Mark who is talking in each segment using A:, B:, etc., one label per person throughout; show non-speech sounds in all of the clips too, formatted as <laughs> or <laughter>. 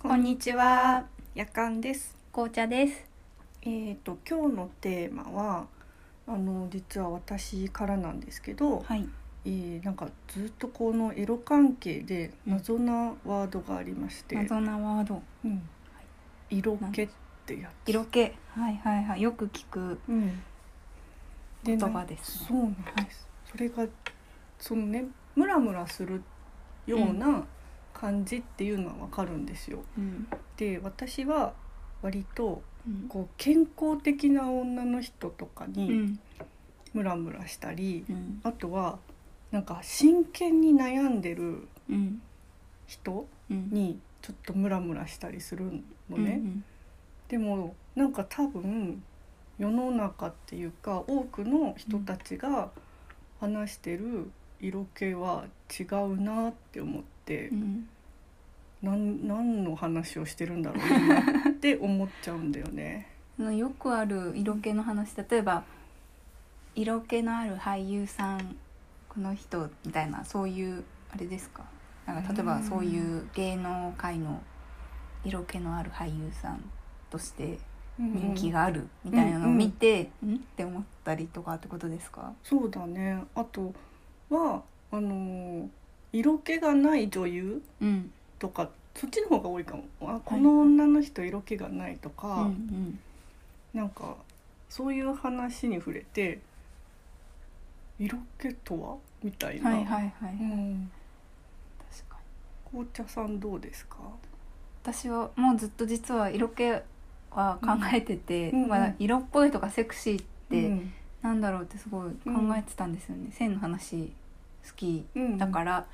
A: こんにちは、やかんです。
B: 紅茶です。
A: えっ、と今日のテーマはあの実は私からなんですけど、
B: はい。
A: えーなんかずっとこのエロ関係で謎なワードがありまして、
B: 謎なワード。
A: うん色気ってやつ。
B: 色気。はいはいはい。よく聞く。
A: うん、で
B: 言葉ですね
A: そうなんです。それがそのねムラムラするような感じっていうのはわかるんですよ。
B: うん。
A: で私は割と
B: うん。
A: こう健康的な女の人とか
B: う
A: に
B: ん。
A: ムラムラしたり、
B: うん。
A: あとはなんか真剣に悩んでる
B: うん。
A: 人
B: うん。
A: にちょっとムラムラしたりするの
B: うん
A: ね、でもなんか多分世の中っていうか多くの人たちが話してる色気は違うなって思って
B: う、ん。
A: なん何の話をしてるんだろうなって思っちゃうんだよね。
B: <laughs> うん。よくある色気の話。例えば。色気のある俳優さん。この人みたいな、そういう。あれですか。なんか例え
A: う
B: ば、
A: ん
B: そういう芸能界の。色気のある俳優さん。として人気があるみたいなのを見て、うんって思ったりとかってことですか。
A: そうだねあとはあのー色気がない女優
B: うん。
A: とかそっちの方が多いかもあこの女の人色気がないとか、
B: うん
A: なんかそういう話に触れて色気とはみた
B: う
A: い
B: ん、
A: な、
B: はいはいはい、
A: うん、
B: 確かに
A: 紅茶さんどうですか、
B: 私はもうずっと実は色気は考えてて、
A: うんうん
B: まあ、色っぽいとかセクシーっ
A: う
B: て
A: ん
B: なんだろうってすごい考えてたんですよね、線の話好き
A: うん
B: だから、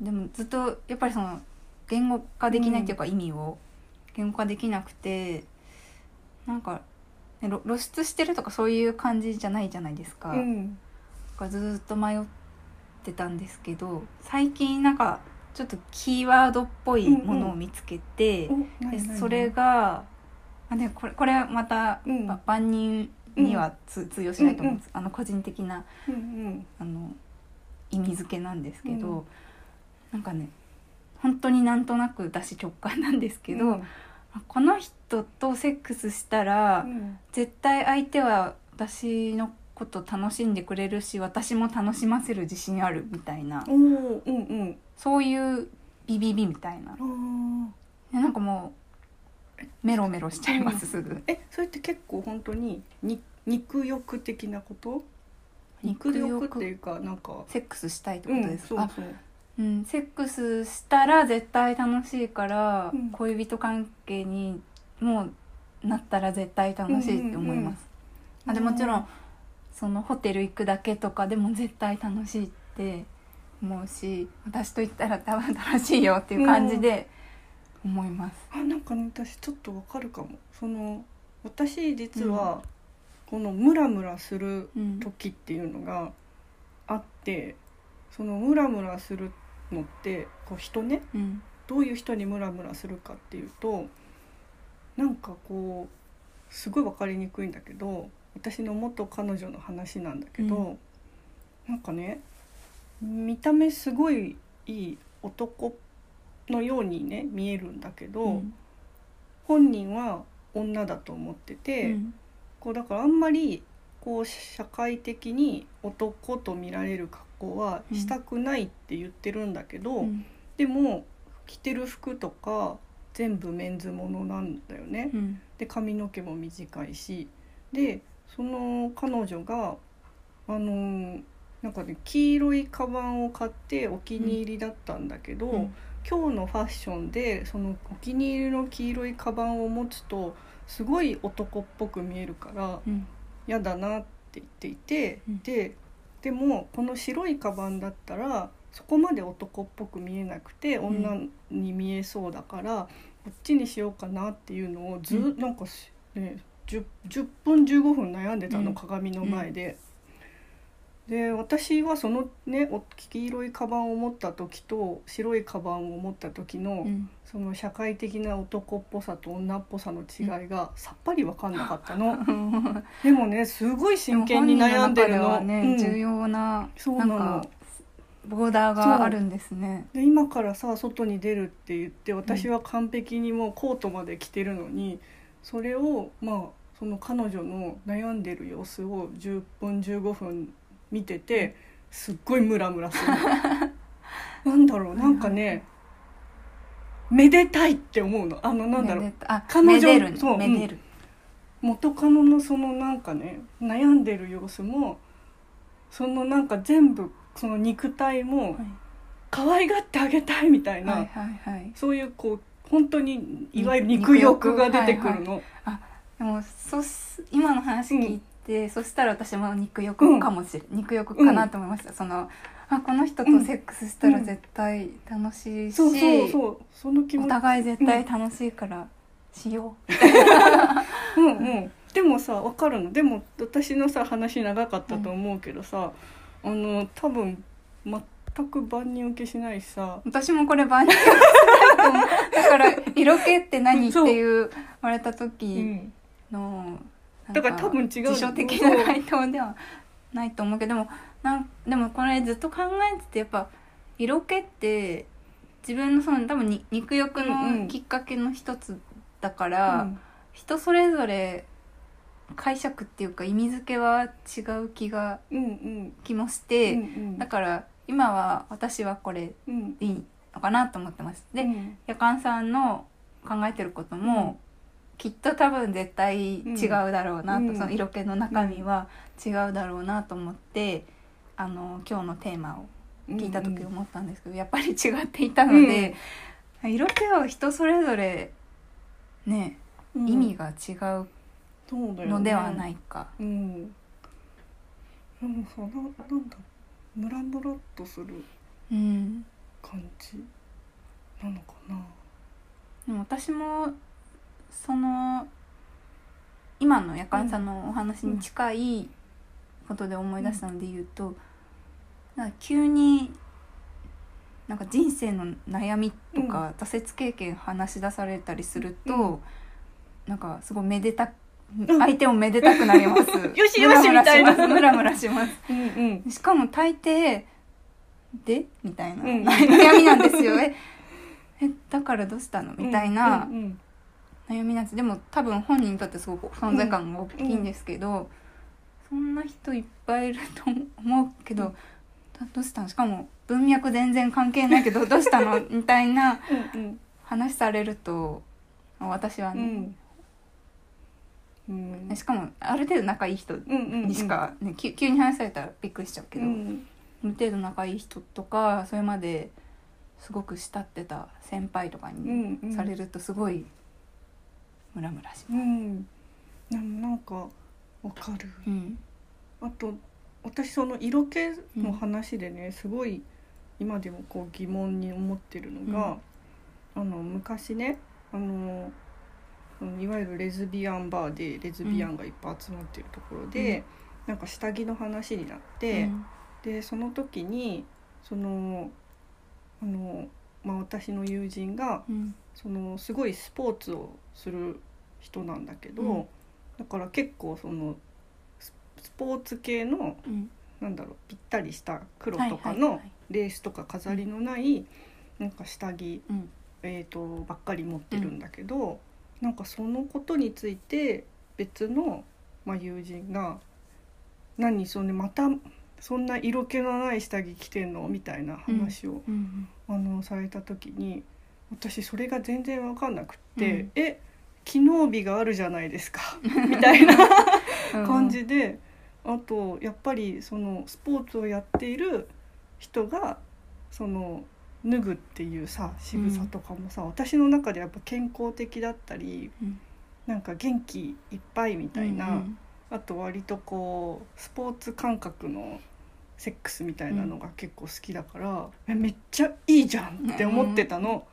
B: でもずっとやっぱりその言語化できないっていうか意味を言語化できなくてなんか、ね、露露出してるとかそういう感じじゃないじゃないですか。
A: うん
B: がずっと迷ってたんですけど最近なんかちょっとキーワードっぽいものを見つけて、
A: おないな
B: で
A: い
B: それがあでこれこれまた、
A: うん
B: ば万人にはつ、通用しないと思うんです、あの個人的な
A: うんうん
B: あの意味付けなんですけど、
A: うん
B: なんかね本当になんとなく私直感なんですけど、
A: うん
B: あこの人とセックスしたら、
A: うん
B: 絶対相手は私のこと楽しんでくれるし私も楽しませる自信あるみたいな
A: おーうんうん
B: そういうビビビみたいな
A: あー
B: でなんかもうメロメロしちゃいますすぐ
A: えそれって結構本当にに肉欲的なこと肉欲っていうかなんか
B: セックスしたいって
A: う
B: こと
A: ん
B: です
A: そ
B: か、
A: う
B: あ
A: そう
B: うん、セックスしたら絶対楽しいから、
A: うん
B: 恋人関係にもうなったら絶対楽しいって思います、あでもちろんそのホテル行くだけとかでも絶対楽しいって思うし私と行ったら多分楽しいよっていう感じで思います、
A: あなんかね私ちょっとわかるかもその私実はこのムラムラする
B: うん
A: 時っていうのがあってそのムラムラするのってこう人ね
B: うん
A: どういう人にムラムラするかっていうとなんかこうすごい分かりにくいんだけど私の元彼女の話なんだけど、
B: う
A: なんかね見た目すごいいい男のようにね見えるんだけど、
B: うん
A: 本人は女だと思って
B: う
A: て、
B: ん
A: こうだからあんまりこう社会的に男と見られる格好はしたくないって言ってるんだけど。
B: うん
A: でも着てる服とか全部メンズものなんだよね。
B: うん
A: で髪の毛も短いしでその彼女があのーなんかね黄色いカバンを買ってお気に入りだったんだけど、
B: うん
A: 今日のファッションでそのお気に入りの黄色いカバンを持つとすごい男っぽく見えるから
B: うん
A: 嫌だなって言っていて、
B: うん
A: ででもこの白いカバンだったらそこまで男っぽく見えなくて
B: ん
A: 女に見えそうだから、こっちにしようかなっていうのをず、
B: うん
A: なんかし、ね、10, 10分15分悩んでたの、
B: うん
A: 鏡の前で。で私はそのねお黄色いカバンを持った時と白いカバンを持った時の、
B: うん
A: その社会的な男っぽさと女っぽさの違いがさっぱり分かんなかったの。でもねすごい真剣に悩んでる
B: も
A: の。
B: 本人の中ではね、
A: うん
B: 重要な
A: そう
B: な
A: なの
B: んかボーダーがあるんですね
A: で今からさ外に出るって言って私は完璧にもうコートまで着てるのに、それをまあその彼女の悩んでる様子を10分15分見ててすっごいムラムラするなんだろうなんかねめでたいって思うのあのなんだろ
B: め
A: う
B: でたあ
A: 彼女
B: めでる
A: そう
B: めでる、
A: 元カノのそのなんかね悩んでる様子もそのなんか全部その肉体も可愛がってあげたいみたいな、
B: はいはいはいはい
A: そういうこう本当にいわゆる肉欲が出てくるの、
B: でもそし今の話聞いて、そしたら私も肉欲かもしれ、肉欲かなと思いました、そのあこの人とセックスしたら絶対楽しいし、
A: そうそうそうその気持
B: お
A: ち
B: 互い絶対楽しいからしよう、
A: うんうん、でもさ分かるのでも私のさ話長かったと思うけどさ、あの多分全く万人受けしないしさ
B: 私もこれ万人受けしないと思うだから色気って何って
A: そう
B: いう言われた
A: う
B: 時
A: ん
B: の、なん
A: だから多分違う
B: 辞書的な回答ではないと思うけどでもなんでもこれずっと考えててやっぱ色気って自分のその多分に肉欲
A: うんう
B: の
A: ん
B: きっかけの一つだか
A: う
B: ら、
A: ん
B: 人それぞれ解釈っていうか意味付けは違う気が
A: うんうん
B: 気もし
A: う
B: て、
A: ん
B: だから今は私はこれ
A: うんうん
B: でいいのかなと思ってます。で、
A: うん
B: 夜間さんの考えてることも、きっと多分絶対違うだろうなと、
A: うん
B: その色気の中身は違うだろうなと思って、あの今日のテーマを聞いた時思ったんですけど、やっぱり違っていたので、色気は人それぞれね
A: うん
B: 意味が違う
A: そうだよね
B: のではないか。
A: うんでもさななんだムラムラっとする
B: うん
A: 感じなのかな
B: でも私もその今の夜間さんのお話に近いことで思い出したので言うと、なんか急になんか人生の悩みとか挫折経験話し出されたりすると、
A: うん
B: なんかすごいめでた
A: ん
B: 相手をめでたくなります。
A: <laughs> よしよしみたいな
B: ムラムラしま
A: う
B: すムラムラします。
A: んうん
B: しかも大抵「で?」みたいな、
A: うん
B: 悩みなんですよ
A: <laughs>
B: ええだからどうしたのみたい
A: う
B: な
A: んうん
B: 悩みなんですでも多分本人にとってすごく存在感が大きいんですけど、そんな人いっぱいいると思うけど、
A: うん
B: だどうしたのしかも文脈全然関係ないけ
A: <laughs>
B: どどうしたのみたいな
A: うん
B: 話されると私は
A: う
B: ね、
A: んうん
B: しかもある程度仲いい人にしか、ね急急に話されたらびっくりしちゃうけど。
A: うん
B: ある程度仲いい人とかそれまですごく慕ってた先輩とかに
A: うんうん
B: されるとすごいムラムラし
A: う
B: ま
A: んでもなんかわかる
B: す。うん
A: あと私その色気の話でね、すごい今でもこう疑問に思ってるのが、あの昔ねあのうんいわゆるレズビアンバーでレズビアンがいっぱい集まってるところで、なんか下着の話になって、でその時にそのあの、まあ、私の友人が
B: うん
A: そのすごいスポーツをする人なんだけど、
B: うん
A: だから結構そのススポーツ系の
B: うん
A: なんだろうぴったりした黒とか
B: はいはい
A: の
B: はい
A: レースとか飾りのないなんか下着、
B: うん
A: えー、とばっかり持ってるんだけど、なんかそのことについて別の、まあ、友人が「何それまたそんな色気のない下着着てんの?」みたいな話を
B: うん
A: あのされた時に私それが全然分かんなくって「え昨日日があるじゃないですか」みたいな
B: うん
A: 感じで、あとやっぱりそのスポーツをやっている人がその脱ぐっていうさ渋さとかもさ、私の中でやっぱ健康的だったり
B: うん
A: なんか元気いっぱいみたいな、
B: うん
A: あと割とこうスポーツ感覚のセックスみたいなのが結構好きだから、えめっちゃいいじゃんって思ってたの、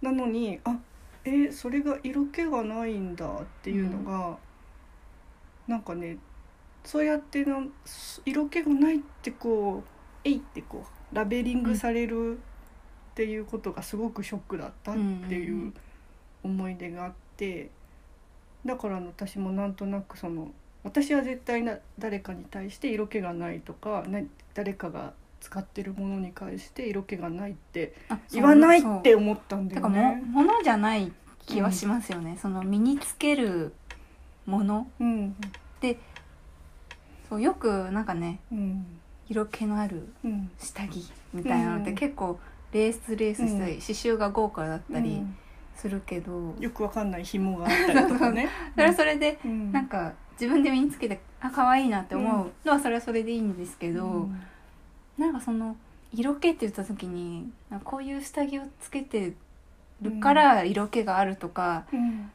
A: なのにあえーそれが色気がないんだっていうのが、なんかねそうやってなす色気がないってこう「えい」ってこうラベリングされるっていうことがすごくショックだったっていう。
B: うんうんうん
A: 思い出があってだから私もなんとなくその私は絶対な誰かに対して色気がないとかな誰かが使ってるものに関して色気がないって
B: あ
A: 言わない
B: そう
A: って思ったんだ
B: て
A: よ
B: かも
A: ね。
B: ものじゃない気はしますよね、その身につけるもの
A: うん
B: そうよくなんかね
A: うん
B: 色気のある
A: うん
B: 下着みたいなのって
A: うん
B: 結構レースレースしたり、
A: うん
B: 刺繍が豪華だった
A: う
B: り
A: ん
B: するけど、
A: よくわかんない紐があったりとかね。
B: <laughs> それはそれで
A: うん
B: なんか自分で身につけてあ可愛いなって思うのはそれはそれでいいんですけど、
A: うん
B: なんかその色気って言った時になんかこういう下着をつけてるから色気があるとか、
A: うん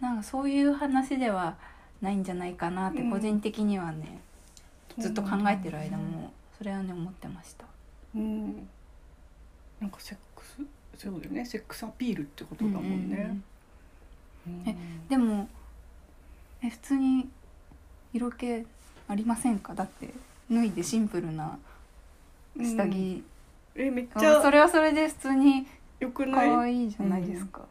B: なんかそういう話ではないんじゃないかなって
A: うん
B: 個人的にはね、ずっと考えてる間もそれはね思ってました。
A: うんなんかセックスそうだよねセックスアピールってことだもん
B: うんうんう
A: ね
B: ん。えでもえ普通に色気ありませんかだって脱いでシンプルな
A: うん
B: 下着、
A: えめっち
B: あそ
A: ゃ
B: れはそれで普通に
A: 良くない
B: 可愛いじゃないですか。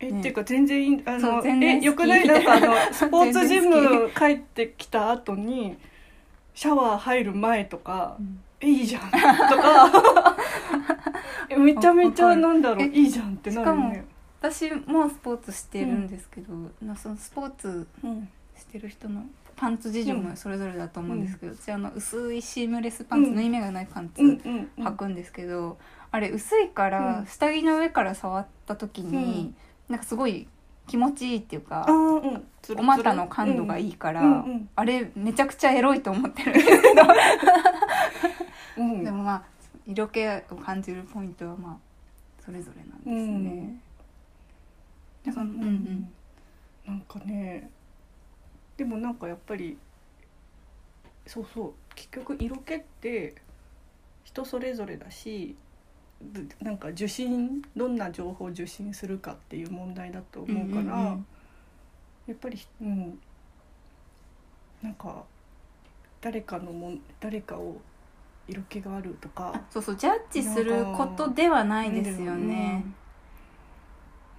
A: え、
B: ね
A: っていうか全然いいあ
B: そう
A: の
B: 全然
A: え
B: 好き
A: よく
B: <laughs>
A: ないなんかあのスポーツジ
B: 全然
A: ム帰ってきた後にシャワー入る前とか
B: うん
A: 「えいいじゃん」とか
B: <laughs>
A: えめちゃめち
B: わ
A: ゃ
B: かる
A: なんだろう
B: え
A: 「いいじゃん」ってなるよね。
B: 私もスポーツしてるんですけど、なそのスポーツ
A: うん
B: してる人のパンツ事情
A: う
B: も
A: ん
B: それぞれだと思うんですけど、私あの薄いシームレスパンツ、
A: うん
B: 縫い目がないパンツ
A: うんうんうん
B: 履くんですけど、あれ薄いから
A: うん
B: 下着の上から触った時に、なんかすごい気持ちいいっていう
A: あー
B: か、
A: うんつるつる
B: お股の感度がいいから、
A: うんうん
B: あれめちゃくちゃエロいと思ってるんですけど、
A: うんうん
B: でもまあ色気を感じるポイントはまあそれぞれなんですね。だからうんうん
A: なんかねでもなんかやっぱりそうそう結局色気って人それぞれだしぶなんか受信どんな情報を受信するかっていう問題だと思うから、
B: うんうんうん
A: やっぱり、うん、なんか誰かのもん誰かを色気があると
B: あ
A: か
B: そうそうジャッジすることではないですよね。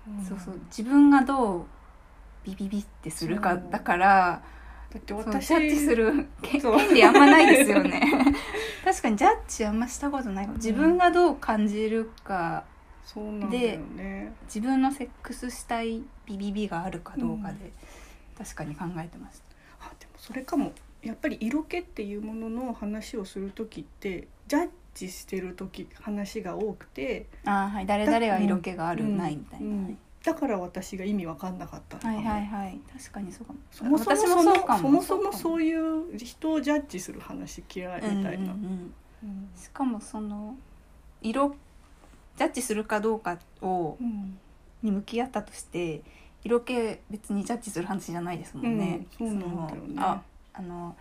A: うん。ん
B: そうそう自分がどうビビビってする
A: そ
B: か
A: う
B: だから
A: だって
B: そう
A: 私
B: ジャッジす
A: <laughs>
B: るけ
A: そう
B: 権利あんまないです
A: <laughs>
B: よね確かにジャッジあんましたことないかも自分がどう感じるか
A: そうなんだよね。
B: 自分のセックスしたいビビビがあるかどうかで、確かに考えてました
A: あでもそれかもやっぱり色気っていうものの話をする時ってジャッジしてる時話が多くて
B: あーはい誰々は色気がある、
A: うん
B: ないみたいな、
A: うんだから私が意味わかんなかったのか
B: はい
A: も
B: はいはい確かにそうかも
A: そもそも
B: 私
A: そ
B: も
A: の
B: そうかも
A: そもそも
B: う
A: そういう人をジャッジする話嫌い
B: かも
A: みたいな、
B: うんうんうん
A: うん
B: しかもその色ジャッジするかどうかを
A: うん
B: に向き合ったとして色気別にジャッジする話じゃないですもんね。
A: うんそうなんだよね
B: そのああの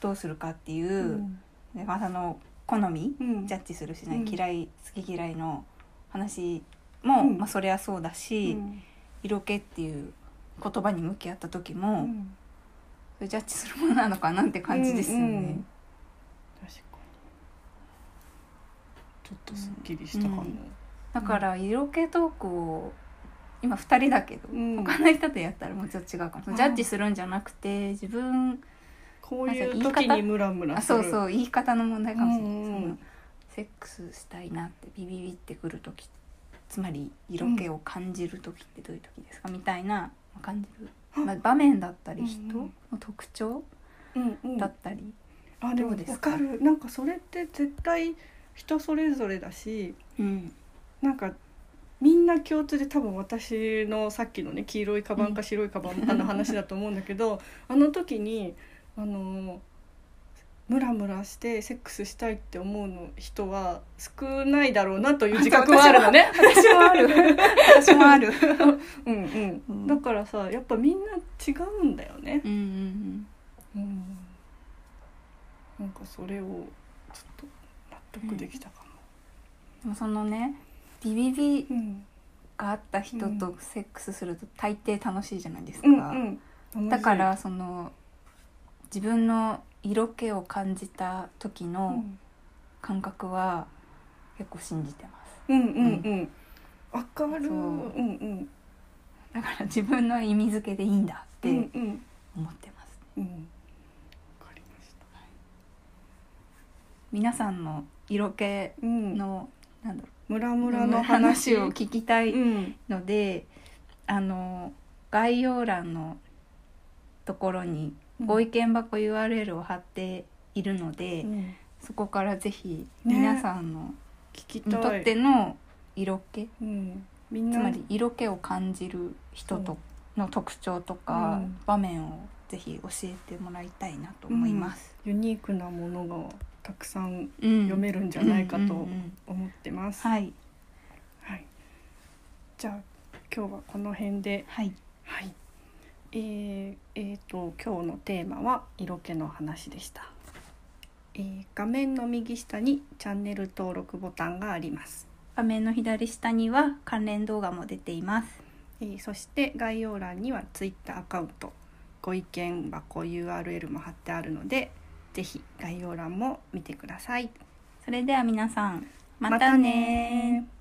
B: どうするかっていうう、
A: ん
B: でまあその好み、
A: うん
B: ジャッジするしない、
A: うん
B: 嫌い好き嫌いの話も、
A: うん
B: まあそれはそうだし、
A: うん
B: 色気っていう言葉に向き合った時
A: う
B: も、
A: ん
B: それジャッジするものなのかなって感じですよね。
A: うんうん確かにちょっとすっきりしたかも、
B: だから色気トークを今2人だけど、
A: うん
B: 他の人とやったらもうちょっと違うかも、
A: うん
B: ジャッジするんじゃなくて自分
A: こういう時にムラムラ
B: あ
A: する
B: そうそう言い方の問題かもしれない、
A: うんうん
B: そのセックスしたいなってビビビってくる時つまり色気を感じる時ってどういう時ですか、みたいなまあ感じる、まあ、場面だったり
A: うん
B: 人の特徴
A: うんうん
B: だったり、
A: あでも
B: どうです
A: わ
B: か
A: かるなんかそれって絶対人それぞれだし
B: うん
A: なんかみんな共通で多分私のさっきのね黄色いカバンか白いカバンかの話だと思うんだけ
B: <laughs>
A: どあの時にあのムラムラしてセックスしたいって思うの人は少ないだろうなという自覚はあるの <laughs> ね。
B: 私もある私 <laughs> も
A: <laughs>
B: ある
A: うんうん
B: うん
A: だからさやっぱみんな違うんだよね。
B: うんうんうん
A: うん、なんかそれをちょっと納得できたかも。
B: でもそのねビビビ
A: うん
B: があった人とセックスすると大抵楽しいじゃないですか、
A: うんうん、
B: だからその自分の色気を感じた時
A: う
B: の
A: ん
B: 感覚は結構信じてます
A: うんうんわかる
B: そう
A: うんうん
B: だから自分の意味付けでいいんだっ
A: う
B: て
A: んうん
B: 思ってます、
A: うんわかりました
B: 皆さんの色気
A: うん、
B: の、なんだろ
A: ムラ
B: う
A: ムラの
B: 話
A: 話
B: を聞きたい
A: うん
B: ので、あの概要欄のところにご意見箱 URL を貼っているので、
A: うん
B: そこからぜひ
A: ね
B: 皆さんの、
A: 聞き
B: にと
A: た
B: っ
A: い
B: ての色気
A: うん、みん
B: つ
A: な
B: まり色気を感じる人と、の特徴とか、
A: うん
B: 場面をぜひ教えてもらいたいなと思います。
A: ユニークなものがたくさん
B: うん
A: 読めるんじゃないか
B: うんうんう
A: と
B: ん
A: 思ってます。
B: はい
A: はい、じゃあ今日はこの辺で、
B: はい
A: はい、えーえーと今日のテーマは色気の話でした、えー画面の右下にチャンネル登録ボタンがあります、
B: 画面の左下には関連動画も出ています。
A: えーそして概要欄には Twitter アカウントご意見箱 URL も貼ってあるのでぜひ概要欄も見てください
B: それでは皆さんまたね
A: またねー